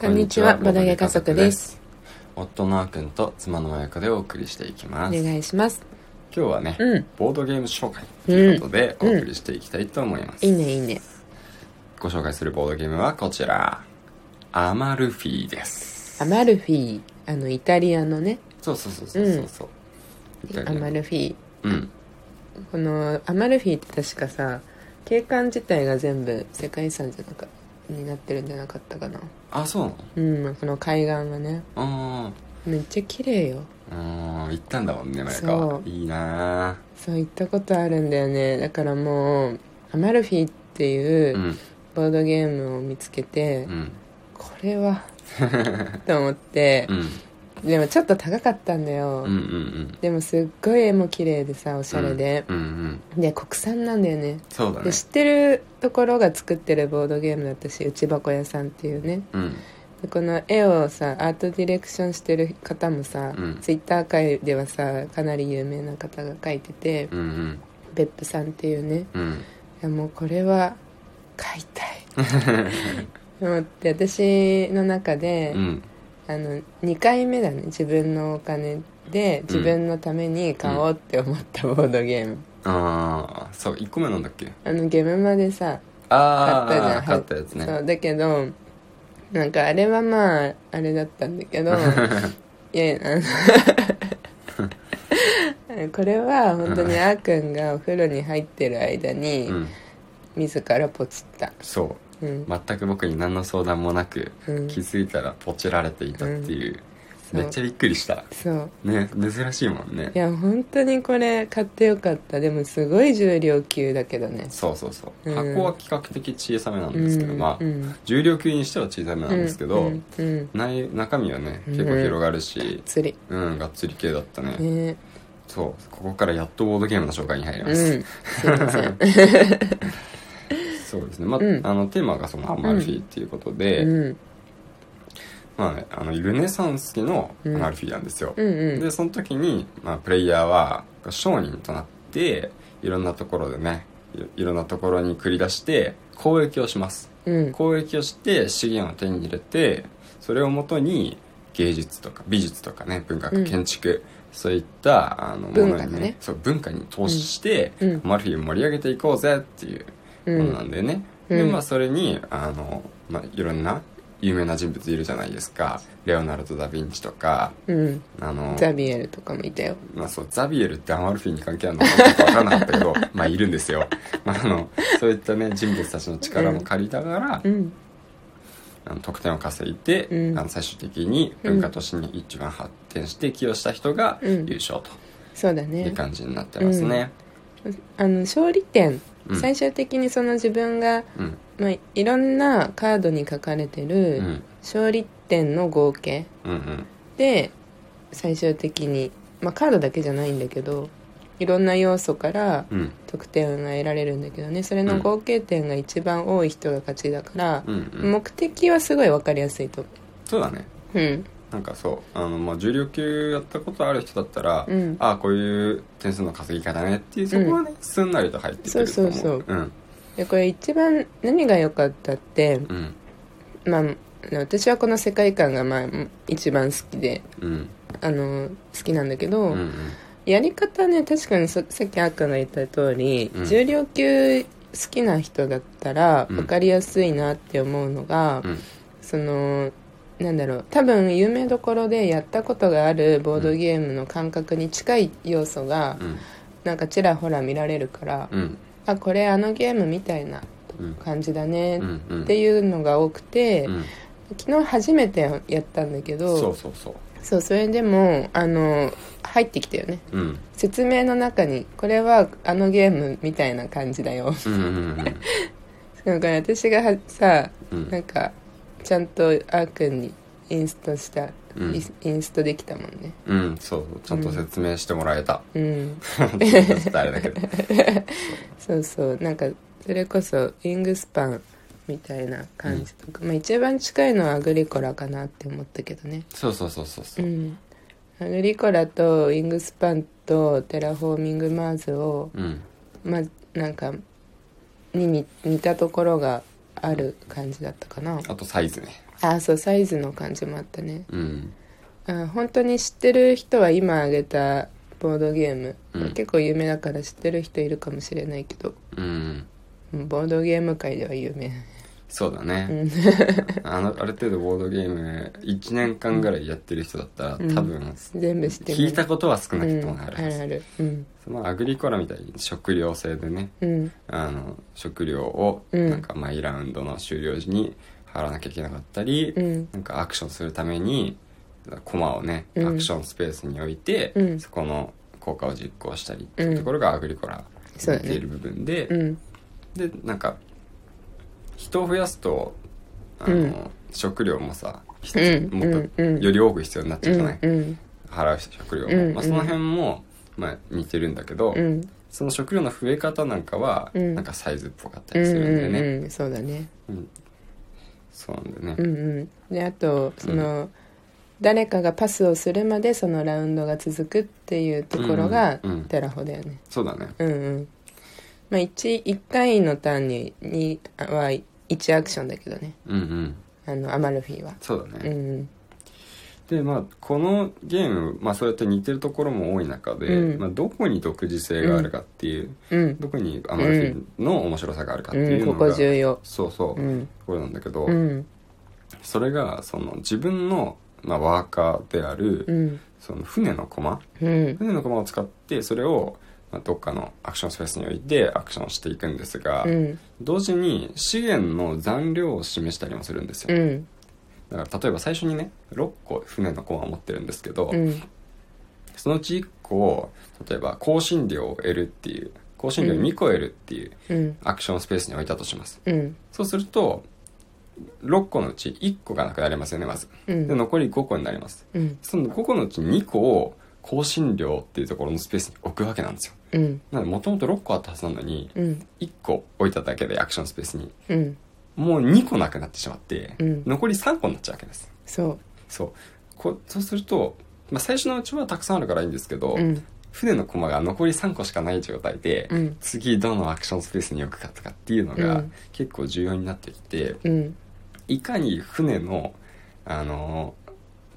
こんにちは、ボドゲ家族です。。夫のあくんと妻のまやかでお送りしていきおます。今願いします。日はね、うんボードゲーム紹介ということでお送りしていきたいと思います。いいね、いいね。ご紹介するボードゲームはこちら。アマルフィです。アマルフィ、あの、イタリアのね、そうそうそうそうそうそう。イタリアアのマルフィ。うん。この、アマルフィって確かさ、景観自体が全部世界遺産じゃなかになってるんじゃなかったかな。あ、そうなうん、この海岸がね、のめっちゃ綺麗よ。うーん。うーん、行ったんだもんね、まやかそは。ういいなそう、行ったことあるんだよね。だからもう、アマルフィっていぁ。うう。んボードゲームを見つけて、うん。これは、と思ってう、ん。でもちょっと高かったんだよ。うんうんうん。でもすっごい絵も綺麗でさおしゃれで、うんうん。で国産なんだよねそうだねで。知ってるところが作ってるボードゲームだったし内箱屋さんっていうねうん。でこの絵をさアートディレクションしてる方もさ、うんツイッター界ではさかなり有名な方が描いててうんうん。別府さんっていうねうん。いやもうこれは買いたい 思って私の中で、うん。あの2回目だね自分のお金で自分のために買おうって思ったボードゲーム、ああ、そう、1個目なんだっけあのゲームまでさ買っああたじゃん買ったやつねそうだけどなんかあれはまああれだったんだ けどいやあの これは本当にあーくんがお風呂に入ってる間にうん自らポチった、そううん全く僕に何の相談もなく、うん気づいたらポチられていたっていう、そうめっちゃびっくりしたそうね珍しいもんねいや本当にこれ買ってよかったでもすごい重量級だけどねそうそうそう、うん箱は比較的小さめなんですけど、うんまあ、うん重量級にしては小さめなんですけど、うんうん内中身はねうん結構広がるし、釣りうんがっつり系だったね、ねそうここからやっとボードゲームの紹介に入りうまんす、すいませんそうですねまあ,、うんあのテーマがそのアンマルフィーっていうことで、うんまあね、あのルネサンス期のアマルフィなんですよ、うんうんでその時に、まあ、プレイヤーは商人となっていろんなところでねいいろんなところに繰り出して交易をしますうん交易をして資源を手に入れてそれをもとに芸術とか美術とかね文う学ん建築、そういったあの文も化のだねにねそう文化に投資して、うんうんアマルフィを盛り上げていこうぜっていううんものなんでね、うんでうんまあそれにあの、まあ、いろんな有名な人物いるじゃないですかレオナルド・ダ・ヴィンチとかうんあのザビエルとかもいたよまあそう、ザビエルってアマルフィに関係あるのかどうかわからなかったけ ど、まあいるんですよ。まああの、そういったね、人物たちの力も借りながら、うんあの得点を稼いで、うんあの最終的に文化都市に一番発展して寄与した人がう優ん勝とそうだいうね感じになってますね。あの勝利点、うん最終的にその自分が、うん、まあ、いろんなカードに書かれてうん、うるん、勝利点の合計うん、で最終的に、まあ、カードだけじゃないんだけどいろんな要素からうん、得点が得られるんだけどねそれの合計点が一番多い人が勝ちだからう、ん、うん。目的はすごい分かりやすいと思そうだね。ううんなんかそう、あの、まあ重量級やったことある人だったら、うんああ、こういう点数の稼ぎ方ねっていう、そこはね、すんなりと入ってくると思う。そうそうそう。うん、でこれ一番何が良かったって、うん、まあ、私はこの世界観がまあ一番好きでうん、あの好きなんだけど、うん、うん。やり方ね確かにそさっきあっくんが言った通り、うん重量級好きな人だったらうん分かりやすいなって思うのが、うんそのなんだろう多分有名どころでやったことがあるボードゲームの感覚に近い要素が、うんなんかちらほら見られるから、うんあこれあのゲームみたいなうん感じだねうんうんっていうのが多くて、うん昨日初めてやったんだけどそうそうそうそうそれでもあの入ってきたよねうん説明の中にこれはあのゲームみたいな感じだよ うんうんだから私がはさうんうんなんかちゃんとあーくんにインストした、うんインスインストできたもんねうんそうそうちゃんと説明してもらえたうんちょっとあれだけどそうそうなんかそれこそイングスパンみたいな感じとか、まあ一番近いのはアグリコラかなって思ったけどねそうそうそうそうそううんアグリコラとイングスパンとテラフォーミングマーズをうんまあなんかに似似たところがある感じだったかなあとサイズねあそうサイズの感じもあったねうんあ本当に知ってる人は今挙げたボードゲーム、うん結構有名だから知ってる人いるかもしれないけどうんうんボードゲーム界では有名そうだね、あのある程度ボードゲーム1年間ぐらいやってる人だったら、うん多分 全部知ってる聞いたことは少なくとうもん、なあるるはず、あるうんそのアグリコラみたいに食料制でねうんあの食料をうんなんか毎ラウンドの終了時に払わなきゃいけなかったり、うんなんかアクションするためにコマをね、うんアクションスペースに置いて、うんそこの効果を実行したりっていうところがアグリコラそうだねている部分で、うんでなんか人を増やすとあの、うん食料もさ、必うんもっとうんうんより多く必要になっちゃうじゃない、うん払う食料も、うんまあ、うんその辺も、まあ、似てるんだけど、うんその食料の増え方なんかは、うんなんかサイズっぽかったうんりするんだよね、うんうんそうだねうんそうなんだよね、うんうんであとその、誰かがパスをするまでそのラウンドが続くっていうところがうんうんテラホだよねそうだねうんうんまあ 1, 1回のターンにには1アクションだけどねうんうんあのアマルフィはそうだうね、んでまあこのゲーム、まあ、そうやって似てるところも多い中で、うんまあ、どこに独自性があるかっていう、うんどこにアマルフィの面白さがあるかってういんうのこが、こ重要そうそうう、んこれなんだけど、うんそれがその自分の、まあ、ワーカーである、うんその船の駒うん船の駒を使ってそれを、まあ、どっかのアクションスペースに置いてアクションしていくんですが、うん同時に資源の残量を示したりもするんですよ、うんだから例えば最初にね6個船の駒を持ってるんですけど、うんそのうち1個を例えば香辛料を得るっていう香辛料2個得るっていううんアクションスペースに置いたとしますうんそうすると6個のうち1個がなくなりますよねまずうでん残り5個になりますうんその5個のうち2個を香辛料っていうところのスペースに置くわけなんですようんなのでもともと6個あったはずなのにうん1個置いただけでアクションスペースにうんもう2個なくなってしまって、うん残り3個になっちゃうわけですそそうこそうすると、まあ、最初のうちはたくさんあるからいいんですけうど、うん船の駒が残り3個しかない状態で、うん次どのアクションスペースに置くかとかっていうのうがん結構重要になってきて、うんいかに船の、あのー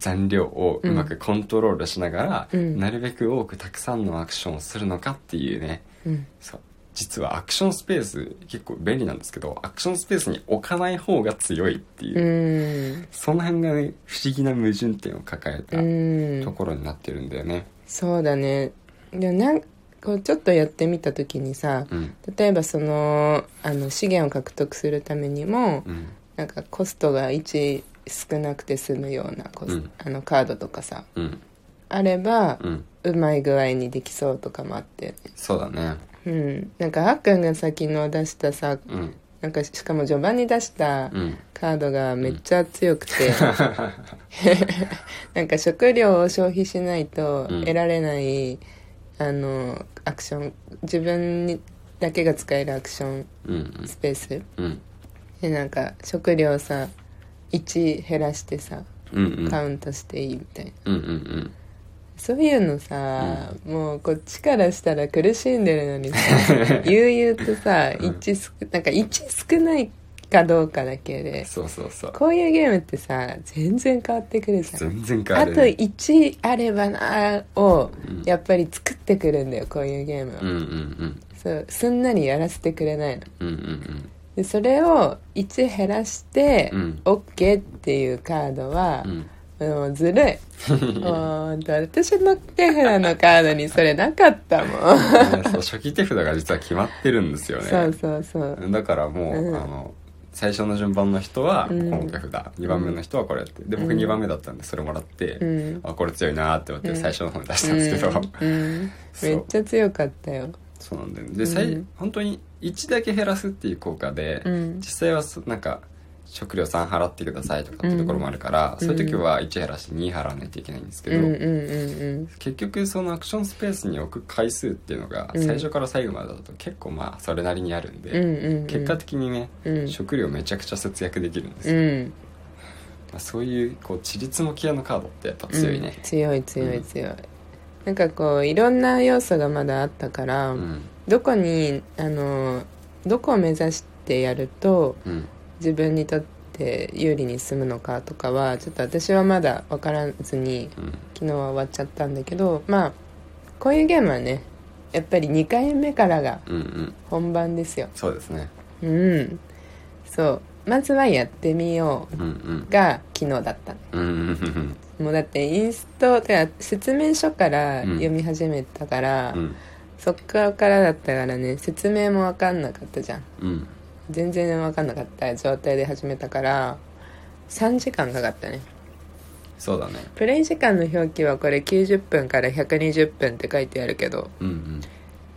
残量をうまくコントロールしながら、うんなるべく多くたくさんのアクションをするのかっていうねうんそう実はアクションスペース結構便利なんですけどアクションスペースに置かない方が強いっていう、うんその辺がね不思議な矛盾点を抱えたうんところになってるんだよね。そうだねでもなんこうちょっとやってみた時にさうん例えばそのあの資源を獲得するためにもうんなんかコストが1少なくて済むようなコスうんあのカードとかさうんあればうんうまい具合にできそうとかもあって、そうだね。うん、なんかあっくんが先の出したさうんなんかしかも序盤に出したうんカードがめっちゃ強くて、なんか食料を消費しないとうん得られない、あのアクション自分にだけが使えるアクションうんスペースうんでなんか食料さ1減らしてさうんうんカウントしていいみたいな、うんうんそういうのさ、もうこっちからしたら苦しんでるの にさ悠々とさ1少なんか1少ないかどうかだけうんでそうそうそうこういうゲームってさ全然変わってくるじゃん全然変わあるとね1あればなーをうんやっぱり作ってくるんだよこういうゲームは、うんうんそうすんなりやらせてくれないのうんうんうんでそれを1減らして、うん OK っていうカードはう、んもうずるいもうあんた私の手札のカードにそれなかったもん、ねそう初期手札が実は決まってるんですよねそうそうそうだからもう、うんあの最初の順番の人はこうんの手札、2番目の人はこれってで僕うん2番目だったんでそれもらって、うんあこれ強いなーって思ってうん最初の方に出したんですけど、うんうんそうめっちゃ強かったよそうなんだよねで、最うん本当に1だけ減らすっていう効果で、うん実際はそなんか食料3払ってくださいとかってところもあるから、そういう時は1減らして2払わないといけないんですけうど、んうんうん結局そのアクションスペースに置く回数っていうのがうん最初から最後までだと結構まあそれなりにあるんで、うんうんうんうん結果的にね、うん食料めちゃくちゃ節約できるんですうんよ、まあ、そういうこうちりつもき屋のカードってやっぱ強いねうん強い強い強い、なんかこういろんな要素がまだあったから、うんどこにあのどこを目指してやるとうん自分にとって有利に進むのかとかはちょっと私はまだ分からずにうん昨日は終わっちゃったんだけどまあこういうゲームはねやっぱり2回目からがうんうん本番ですよそうですねうんそうまずはやってみようんうんうが昨日だったうんうんうんもうだってインストてか説明書から読み始めたから、うんそっからだったからね説明も分かんなかったじゃんうん全然分かんなかった状態で始めたから3時間かかったねそうだねプレイ時間の表記はこれ90分から120分って書いてあるけどうんうん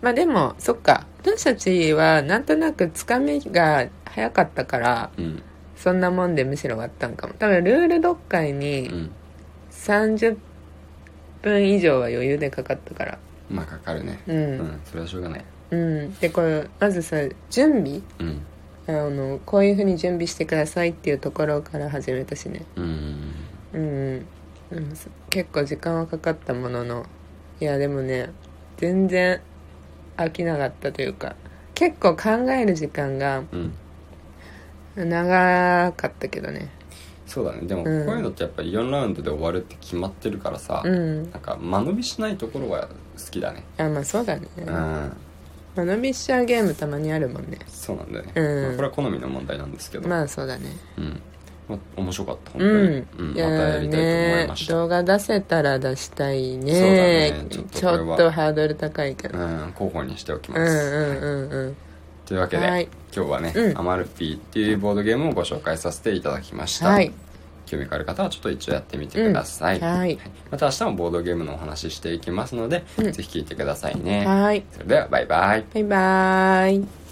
まあでもそっか私たちはなんとなくつかみが早かったからうんそんなもんでむしろ終わったんかも多分ルール読解うにん30分以上は余裕でかかったからまあかかるねううんんそれはしょうがないうんでこれまずさ準備うんあのこういうふうに準備してくださいっていうところから始めたしねうんうん、うん、そ結構時間はかかったもののいやでもね全然飽きなかったというか結構考える時間がうん長かったけどねそうだねでもこううんいうのってやっぱり4ラウンドで終わるって決まってるからさうんなんか間延びしないところが好きだねあまあそうだねうん間延びしちゃうゲームたまにあるもんねそうなんだよねうんまあこれは好みの問題なんですけどまあそうだねうんまあ面白かった本当にうん、うんまいたややりたいと思いねました動画出せたら出したいねそうだねちちょっとこれはょっとハードル高いけど、うん候補にしておきうまん、うすんはいうんうんというわけでは今い日はねうんアマルフィっていうボードゲームをご紹介させていただきましたはい興味がある方はちょっと一応やってみてくださいうんはいまた明日もボードゲームのお話ししていきますのでうぜんひ聞いてくださいねはいそれではバイバイバイバーイ